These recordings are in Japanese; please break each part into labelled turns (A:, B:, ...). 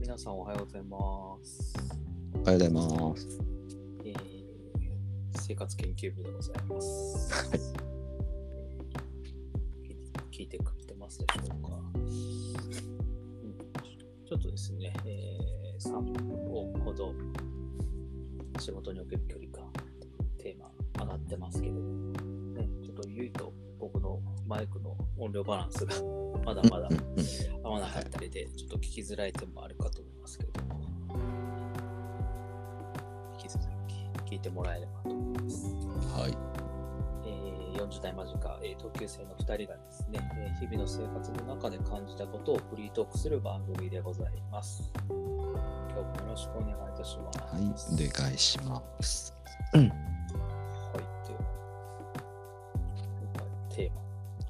A: ざいます。
B: おはようございます。
A: えー生活研究部でございます。
B: はい
A: 聞いてくれてますでしょうか。うんちょっとですね、えー、3本ほど仕事における距離感テーマ上がってますけれども、ね、ちょっとゆいと僕のマイクの音量バランスが まだまだ
B: うんうん
A: 合わなかったりで、ちょっと聞きづらい点もあるかと思いますけれども、引き続き聞いてもらえればと思います。
B: はい。
A: えー40代間近、えー同級生の2人がですね、えー日々の生活の中で感じたことをフリートークする番組でございます。今日もよろしくお願いいたします。
B: はい。お願いします。
A: はい、では今回のテーマ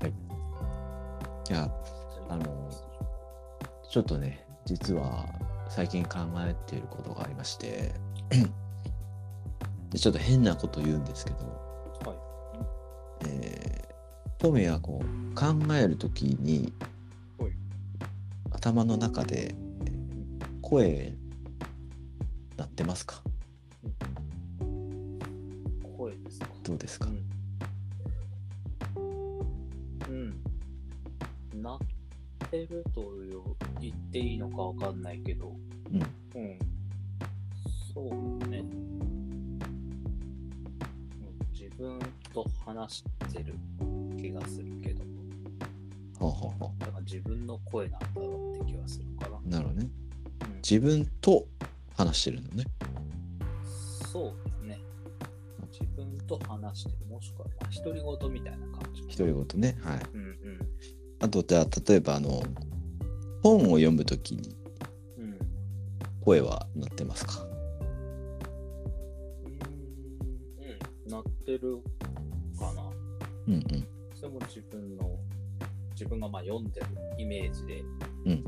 B: はい。いや、あのちょっとね、実は最近考えていることがありまして、でちょっと変なこと言うんですけど、
A: はい
B: えー、トミーはこう考えるときに、
A: はい
B: 頭の中でえー声鳴ってますか
A: 声ですか。
B: どうですか、
A: うん。うん。なってると言っていいのかわかんないけど、
B: うん
A: うん。そうね。うん自分と話してる気がするけど、
B: ほうほうほ
A: だから自分の声なんだろうって気がするから。
B: うなるほどね。
A: うん
B: 自分と話してるのね。
A: そうですね。自分と話してる、もしくは、まあ、独り言みたいな感じ。
B: 独り言ね。はい。
A: うんうん。
B: あとじゃあ例えばあの本を読むときに
A: うん。
B: 声は鳴ってますか
A: うん、なってるかな。
B: うんうん
A: それも自分の、自分がまあ読んでるイメージで。
B: うん
A: うん。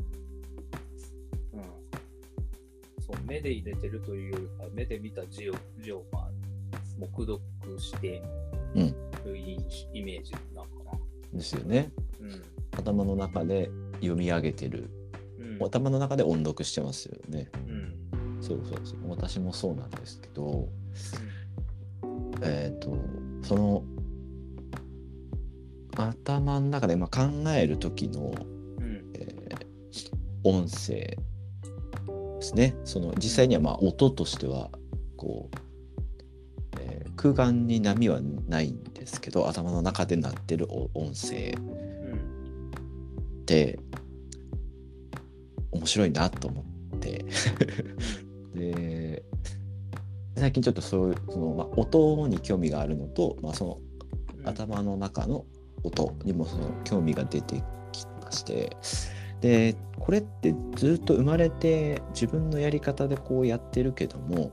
A: そう、目で入れてるというよりか、目で見た字を、字をまあ、目読して
B: うん
A: るイイメージなのかな。
B: ですよね
A: う
B: 頭の中で読み上げてる、
A: ん。うん。
B: 頭の中で音読してますよね
A: うん。
B: そうそうそう私もそうなんですけどえっ、とその頭の中で、まあ、考える時の、
A: うん。
B: えー音声ですねその実際にはまあ音としてはこう、えー空間に波はないんですけど頭の中で鳴ってるお音声
A: うん。
B: って面白いなと思って で最近ちょっとそういうその、まあ、音に興味があるのと、まあ、その
A: うん。
B: 頭の中の音にもその興味が出てきましてでこれってずっと生まれて自分のやり方でこうやってるけども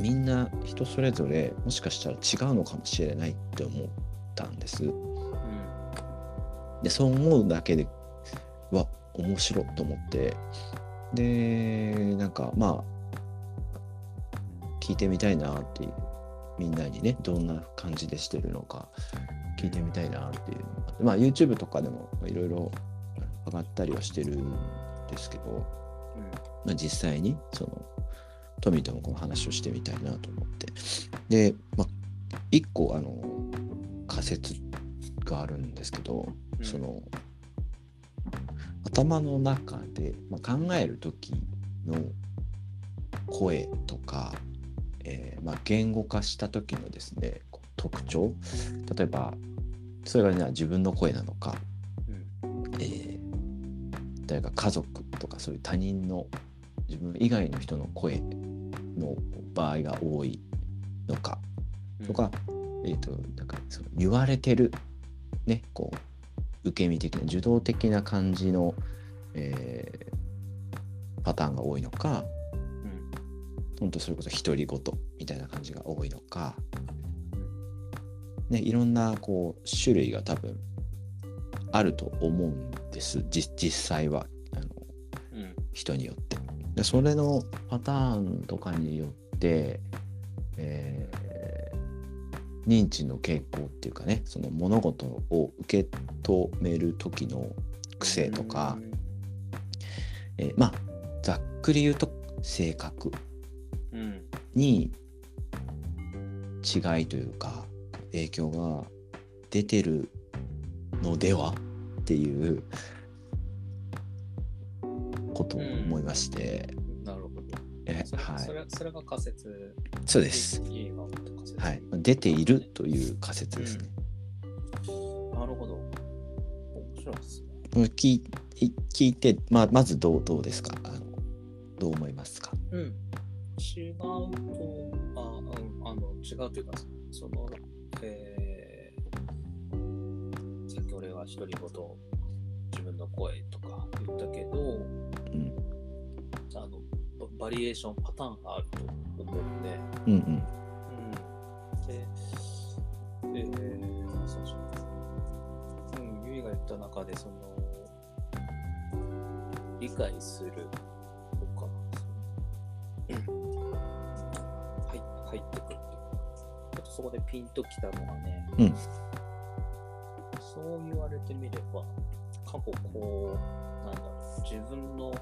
B: みんな人それぞれもしかしたら違うのかもしれないって思ったんです。
A: うん。
B: でそう思うだけでうわ面白いと思ってでなんかまあ聞いてみたいなっていうみんなにねどんな感じでしてるのか聞いてみたいなっていうのがあってまあ YouTube とかでもいろいろ上がったりはしてるんですけど、
A: うん。
B: まあ、実際にそのトミーともこの話をしてみたいなと思ってで、まあ、一個あの仮説があるんですけど、
A: うん
B: その頭の中で、まあ、考える時の声とか、えーまあ、言語化した時のですねこう特徴例えばそれが、ね、自分の声なのか
A: うん。
B: えー誰か家族とかそういう他人の自分以外の人の声の場合が多いのか
A: うん
B: とか、えー、となんかその言われてる、ね、こう受け身的な受動的な感じの、えーパターンが多いのか
A: うん。
B: 本当それこそ独り言みたいな感じが多いのか、ね、いろんなこう種類が多分あると思うんですじ実際はあの
A: うん。
B: 人によってでそれのパターンとかによって、えー認知の傾向っていうかねその物事を受け止める時の癖とか、
A: うん
B: えーまあざっくり言うと性格
A: うん。
B: に違いというか影響が出てるのではっていうことを思いまして、
A: なるほど。
B: え
A: それ,、
B: はい
A: それそれが仮説
B: そう
A: で
B: です。
A: いいわ仮説
B: はい、出ているという仮説ですね。
A: なるほど。面白いですね。
B: これ聞い聞いて、まあ、まずどうどうですかあのどう思いますか
A: うん。違うと、あ、うん、あの、違うというか、その、えー、さっき俺は独り言、自分の声とか言ったけど、
B: うん
A: あの、ババリエーション、パターンがあると思うので、
B: うんう
A: う
B: ん
A: んで、えー、そうそう。うん、ゆいが言った中で、その、理解するとか、そのはい、入ってくるっていうかちょっとそこでピンときたのがね、
B: うん
A: そう言われてみれば、過去こう、なんだろう、自分の、うん、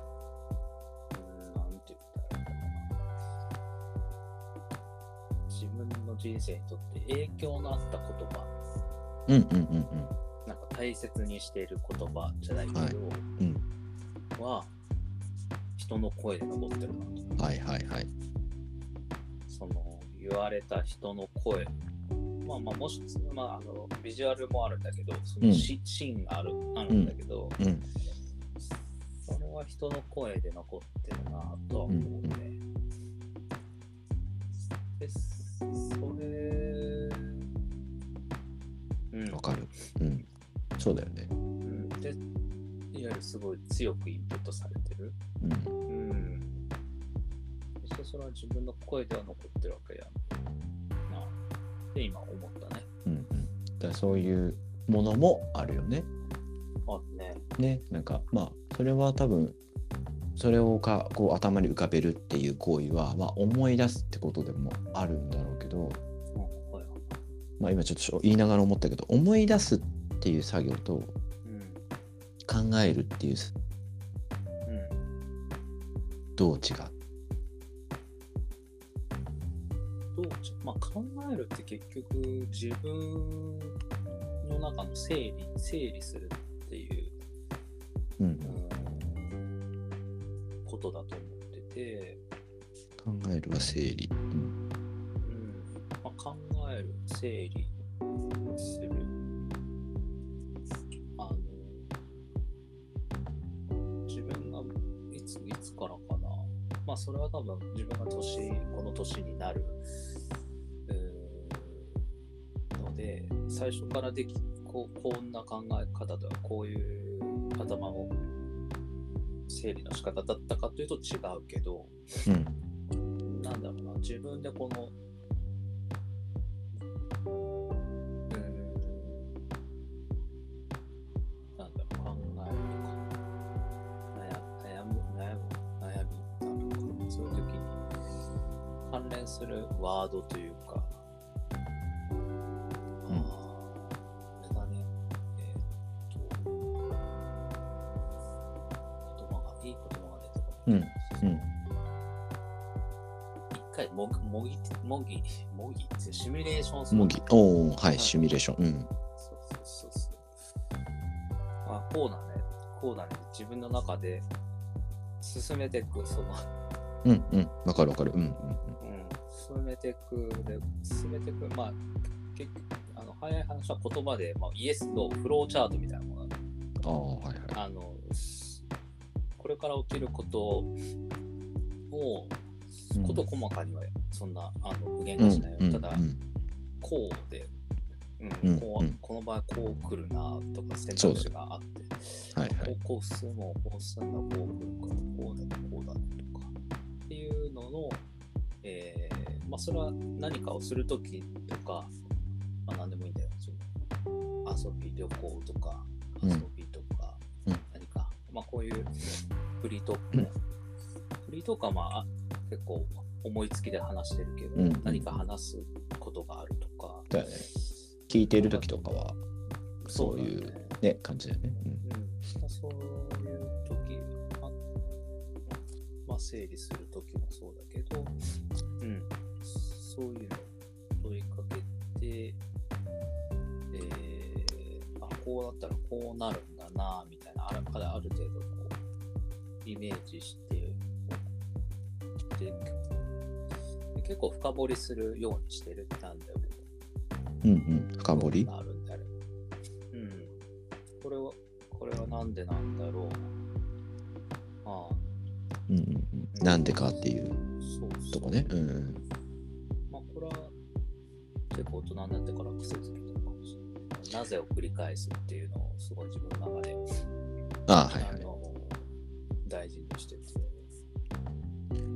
A: なんて言ったらいいのかな。自分の人生にとって影響のあった言葉
B: うんうんうんうん
A: なんか大切にしている言葉じゃないけど、
B: は
A: はい
B: うん
A: 人の声で残ってるなと
B: はいはいはい
A: その言われた人の声まあまあもし、まあ、あのビジュアルもあるんだけどそのシ,、シーンがあるあるんだけど、
B: うん
A: それは人の声で残ってるなとは思うね。で、それ、うん、
B: わかるうんそうだよね
A: うんで、いわゆるすごい強くインプットされてる。
B: うん
A: うん。そしてそれは自分の声では残ってるわけやな。って今思ったね。
B: うんうんだからそういうものもあるよね
A: あね。
B: ねなんかまあそれは多分それをかこう頭に浮かべるっていう行為は、まあ、思い出すってことでもあるんだろうけど、
A: うん声は
B: まあ、今ちょっとしょ言いながら思ったけど思い出すっていう作業と
A: うん。
B: 考えるっていう
A: うん。
B: どう違う
A: どうちまあ、考えるって結局自分の中の整理、整理するっていう
B: うん、
A: うんことだと思ってて、
B: 考えるは整理、うん
A: うんまあ、考える整理するあの自分がいついつからかなまあそれは多分自分が年この年になるうんので最初からできこうこんな考え方とはこういう頭を整理の仕方だったかというと違うけど、
B: うん
A: なんだろうな、自分でこの、うーん、なんだろう、考えるとか、悩悩む、悩む、悩みだとか、そういう時に関連するワードというか、
B: うん
A: ああ、あれだね、えーっと、言葉が、いい言葉が出てこない。
B: うんうん
A: 一回もぎ、もぎ、もぎ、もぎってシミュレーションする。
B: 模擬おおはい、
A: い
B: シミュレーションうん
A: そうそうそうそう。あ、こうだね。こうだね。自分の中で進めていく、その、
B: うんうんわかるわかるうんう
A: う
B: ん
A: ん、進めていくで、進めていく。まあ、結局、あの早い話は言葉で、まあ、イエスのフローチャートみたいなものが
B: ああはいはい
A: あの、すこれから起きることを、
B: うん
A: こと細かには、そんな、あの、具現
B: うん
A: 化しないよ。
B: うん
A: ただ、
B: うん
A: こうで、う
B: うん
A: んこう
B: うん
A: この場合こう来るなとか選
B: そうだ
A: 択肢があって、
B: はいは
A: こ
B: い
A: うこう進もう、こう進んだ、こう来るから、こうだね、こうだねとかっていうのの、えーまあ、それは何かをするときとか、まあ、何でもいいんだよ。その遊び、旅行とか、
B: うん
A: 遊びとか、
B: うん
A: 何か、まあ、こういうフリートークも、フリートークはまあ結構思いつきで話してるけど、
B: うん
A: 何か話すことがあるとか、
B: だよね聞いてる時とかはそう
A: だね
B: いうね感じだよね
A: うん、そういう時は、ままあ、整理するときもそうだけど、
B: うん。
A: そういうのを問いかけて、えー、あ、こうだったらこうなるんだな、みたいな、あるある程度こう、イメージして、でで結構深掘りするようにしてるなんだよね。
B: うんうん。深掘り
A: あるんだろう。うん。これは、これはなんでなんだろう。ああ、
B: うんうんうん。なんでかっていう
A: そうそう。
B: とこね。うんうん。
A: まあ、これは結構大人になってから癖づいてるかもしれない。なぜを繰り返すっていうのをすごい自分の中で、
B: あはいはい
A: あ。の大事にしてて。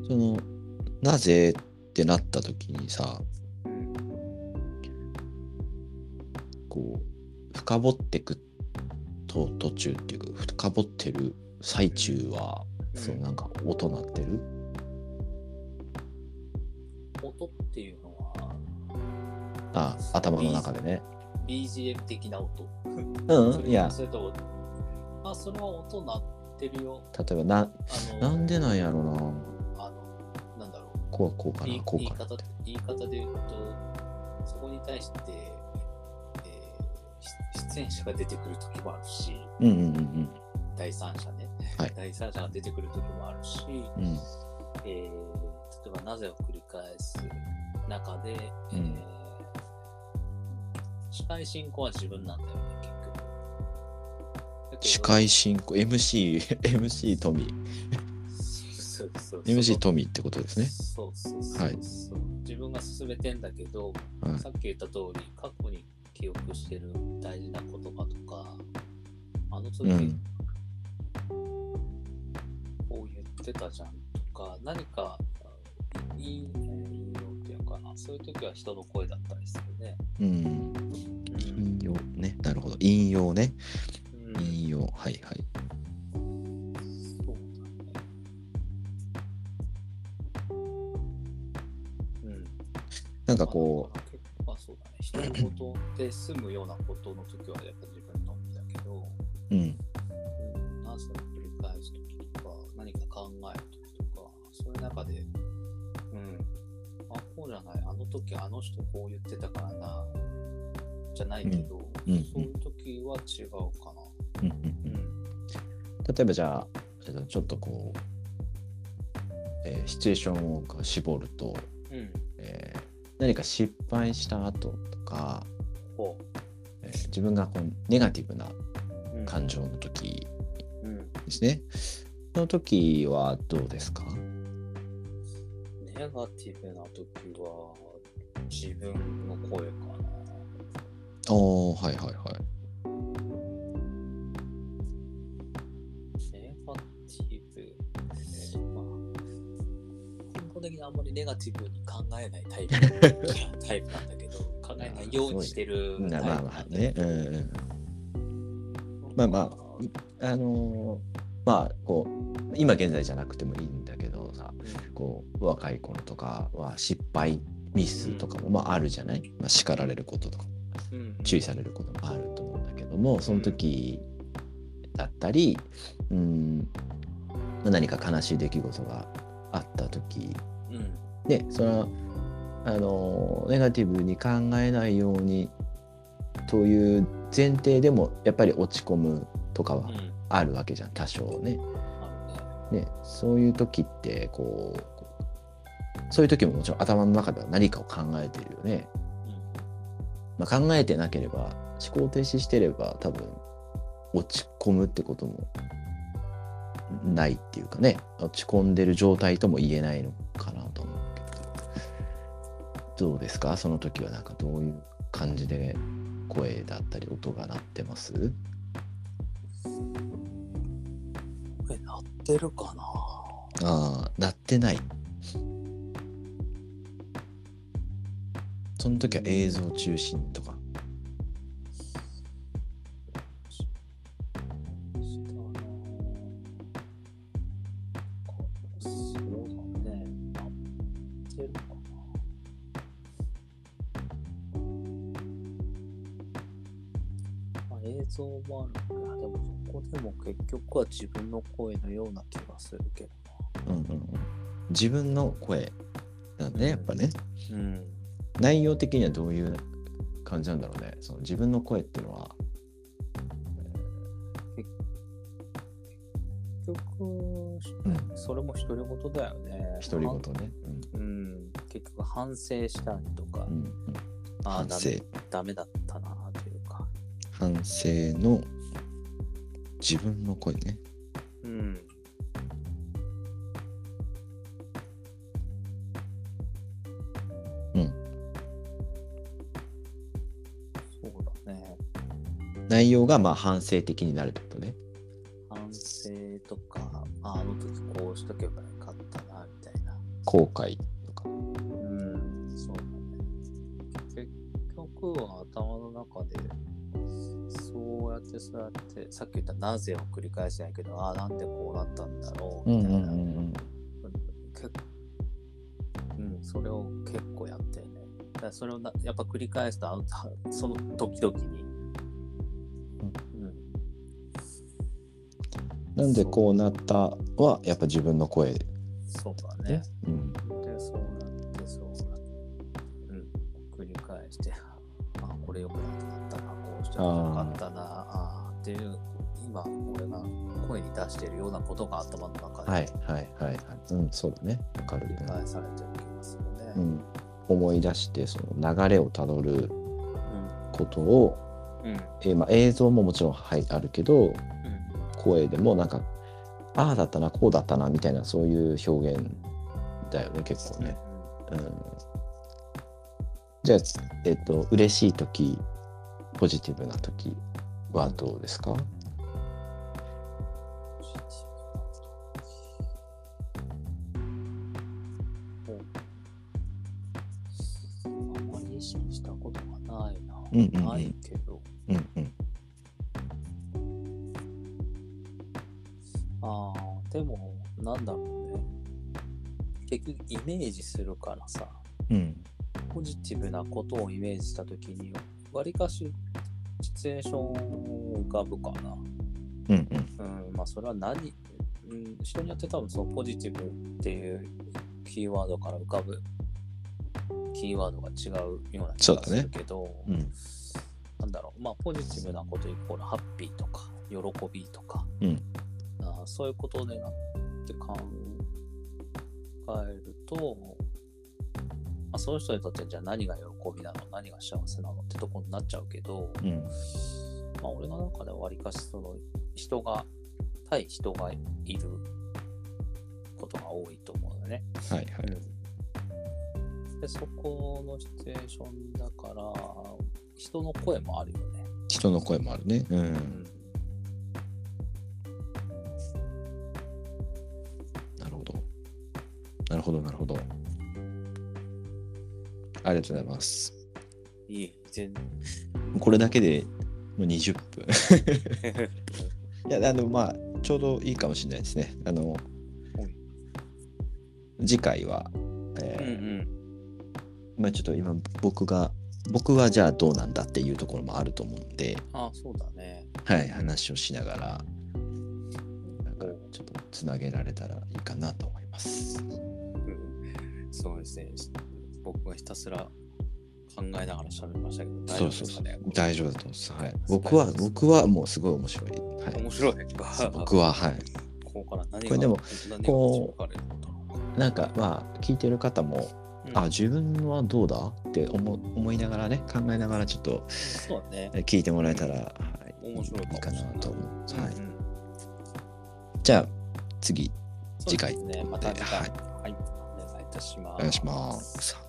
B: その、なぜってなった時にさ、
A: うん
B: こう、深掘ってくと途中っていうか、深掘ってる最中は、そのなんか音鳴ってる
A: 音っていうのは
B: あ頭の中でね。
A: BGM 的な音。
B: う
A: そ
B: ん。
A: れ
B: いや、
A: それともあ、それは音鳴ってるよ。
B: 例えばな、
A: あ
B: な
A: の、
B: んでなんやろな。
A: あのなんだろう。
B: こう、こうか
A: 言
B: な、
A: い
B: こ
A: 言いう
B: かな。
A: 方言い方で言うとそこに対して、えーし出演者が出てくる時もあるし
B: うんうんうん
A: 第三者ね、
B: はい
A: 第三者が出てくる時もあるし、
B: うん。うん。
A: えー例えば「なぜ」を繰り返す中で、
B: うん
A: えー司会進行は自分なんだよね結局だけど。
B: 司会進行、MC、MC トミー。
A: そうそうそう
B: MC トミーってことですね。
A: そうそうそうそう、
B: はい
A: 自分が進めてんだけど、
B: はい
A: さっき言った通り過去に記憶してる大事な言葉とかあの時、
B: うん。
A: こう言ってたじゃんとか何かあいい引用っていうのかなそういう時は人の声だったりするね。
B: うん。
A: うん
B: 引用ね。なるほど。引用ね。
A: うん
B: 引用。はいはい。
A: そうだね。うん
B: なんかこ
A: まあ結構まあそうだね。人のことで済むようなことの時はやっぱ自分のみだけど、
B: う、うん。
A: うん、何せを繰り返す時とか、何か考える時とか、そういう中で、うん、あ、こうじゃない、あの時あの人こう言ってたからな、じゃないけど、
B: うんうん
A: そういう時は違うかな。
B: うんうんうん
A: ん。
B: 例えばじゃあ、えっとちょっとこう、えーシチュエーションを絞ると、
A: うん。
B: えー何か失敗した後とか、
A: ほ
B: えー自分がこうネガティブな
A: う。うん
B: 感情の時
A: うん。
B: ですね。その時はどうですか
A: ネガティブな時は、自分の声かな。
B: おー、はいはいはい。
A: ネガティブ。まあ、根本的にあんまりネガティブに考えないタイプタイプなんだけど、考えないようにしてる
B: うん
A: タ
B: ま
A: イ
B: あ
A: プ
B: ま
A: な
B: あ
A: ん
B: ま
A: だ
B: あ
A: けど
B: ね。うんうんまあまああのーまあこう今現在じゃなくてもいいんだけどさこう若い頃とかは失敗ミスとかも、まあ、あるじゃない、まあ、叱られることとか
A: うん
B: 注意されることもあると思うんだけどもその時だったりうんまあ何か悲しい出来事があった時
A: うん
B: でそれはあのネガティブに考えないようにという前提でもやっぱり落ち込むとか
A: う
B: は
A: ん
B: あるわけじゃん多少ね。
A: あるね
B: ねそういう時ってこうそういう時ももちろん頭の中では何かを考えてるよね。まあ、考えてなければ思考停止してれば多分落ち込むってこともないっていうかね落ち込んでる状態とも言えないのかなと思うんだけどどうですかその時はなんかどういう感じで声だったり音が鳴ってます
A: うん声鳴ってるかな
B: ああ鳴ってないその時は映像中心とか
A: したなそうだね鳴ってるかなまあ映像もあるからでもそこでも結局は自分の声のような気がするけどな
B: うんうんうん、自分の声なんで、ね、やっぱね
A: うん。
B: 内容的にはどういう感じなんだろうねその自分の声っていうのは
A: 結局、
B: うん
A: それも独り言だよね。
B: 独り言ね、
A: うん。結局反省したりとか、
B: うんうんうん、
A: ああ、
B: 反
A: ダ
B: 省
A: メダメだったなというか。
B: 反省の自分の声ね
A: うん。
B: うん。
A: そうだね。
B: 内容がまあ反省的になるってことね
A: 反省とか、ああの時こうしとけばよかったな、みたいな。
B: 後悔と
A: う
B: か
A: ん、そうだね。結局は頭の中で、そうやってそうやって、さっき言ったなぜを繰り返しないけど、ああ、なんでこうなったんだろう、みたいな。
B: ん
A: 結うん、それを結構やってるね。だからそれをなやっぱ繰り返すと、あのたその時々に。うん、
B: なんでこうなったはやっぱ自分の声
A: そうだね
B: ね。うん
A: で、そうなって、そうなって、うん、繰り返して、あ、これ良くなったな、こうしちゃったよかったな、ああーっていう、今、俺が声に出してるようなことが頭の中
B: はい
A: で
B: はいはいはいうんそうだねわかる
A: 繰り
B: ね
A: 返されてる気がするね。
B: うん、思い出してその流れをたどる
A: うん。
B: ことを、
A: うん。うん。
B: えーまあ、映像ももちろん、はい、あるけど声でもなんかああだったなこうだったなみたいなそういう表現だよね結構ね。うん、じゃあ、えっと嬉しい時ポジティブな時はどうですか
A: あんまり意識したことがないな。
B: うんうんうん
A: ないけど。
B: うんうん
A: ああ、でも、なんだろうね。結局、イメージするからさ、
B: うん
A: ポジティブなことをイメージしたときに、わりかし、シチュエーションを浮かぶかな。
B: うんうん
A: うん、まあ、それは何、うん、人によって多分、そのポジティブっていうキーワードから浮かぶキーワードが違うような気
B: そう
A: が
B: だ
A: す
B: ね
A: るけど、
B: うん
A: なんだろう、まあ、ポジティブなことイコールハッピーとか、喜びとか、
B: うん
A: あーそういうことでなって考えると、まあ、その人にとってじゃあ何が喜びなの、何が幸せなのってとこになっちゃうけど、
B: うん
A: まあ、俺の中ではわりかしその人が、対人がいることが多いと思うのね。
B: はいはい
A: でそこのシチュエーションだから、人の声もあるよね。
B: 人の声もあるね。うん、なるほど。なるほどなるほど。ありがとうございます。
A: いい、全然。
B: これだけでもう20分。いや、あの、まあ、ちょうどいいかもしれないですね。あの、次回は、え
A: う
B: ー
A: ん
B: まあ、ちょっと今、僕が、僕はじゃあどうなんだっていうところもあると思うんで、
A: あそうだね。
B: はい、話をしながら、なんかちょっとつなげられたらいいかなと思います。
A: うん、そうですね。僕はひたすら考えながら喋りましたけど、大丈
B: そ
A: 夫で
B: うそう
A: す
B: そ
A: か
B: う
A: ね。。
B: 大丈夫だと思います。はい。僕は、僕はもうすごい面白い。は
A: 面白い。
B: い。僕は、はい。
A: ここから何が
B: これでも
A: 何が
B: こう
A: 導かれることなのか
B: なんかまあ聞いてる方も、
A: うん
B: あ自分はどうだって思思いながらね考えながらちょっと
A: そうだね。
B: え聞いてもらえたら、はい、
A: 面白いかも
B: いいかなと思う、はい
A: うんうん
B: じゃあ次次
A: そう
B: 回
A: ですね。また次回。
B: はい
A: はい。お願いいたします。
B: お願いします。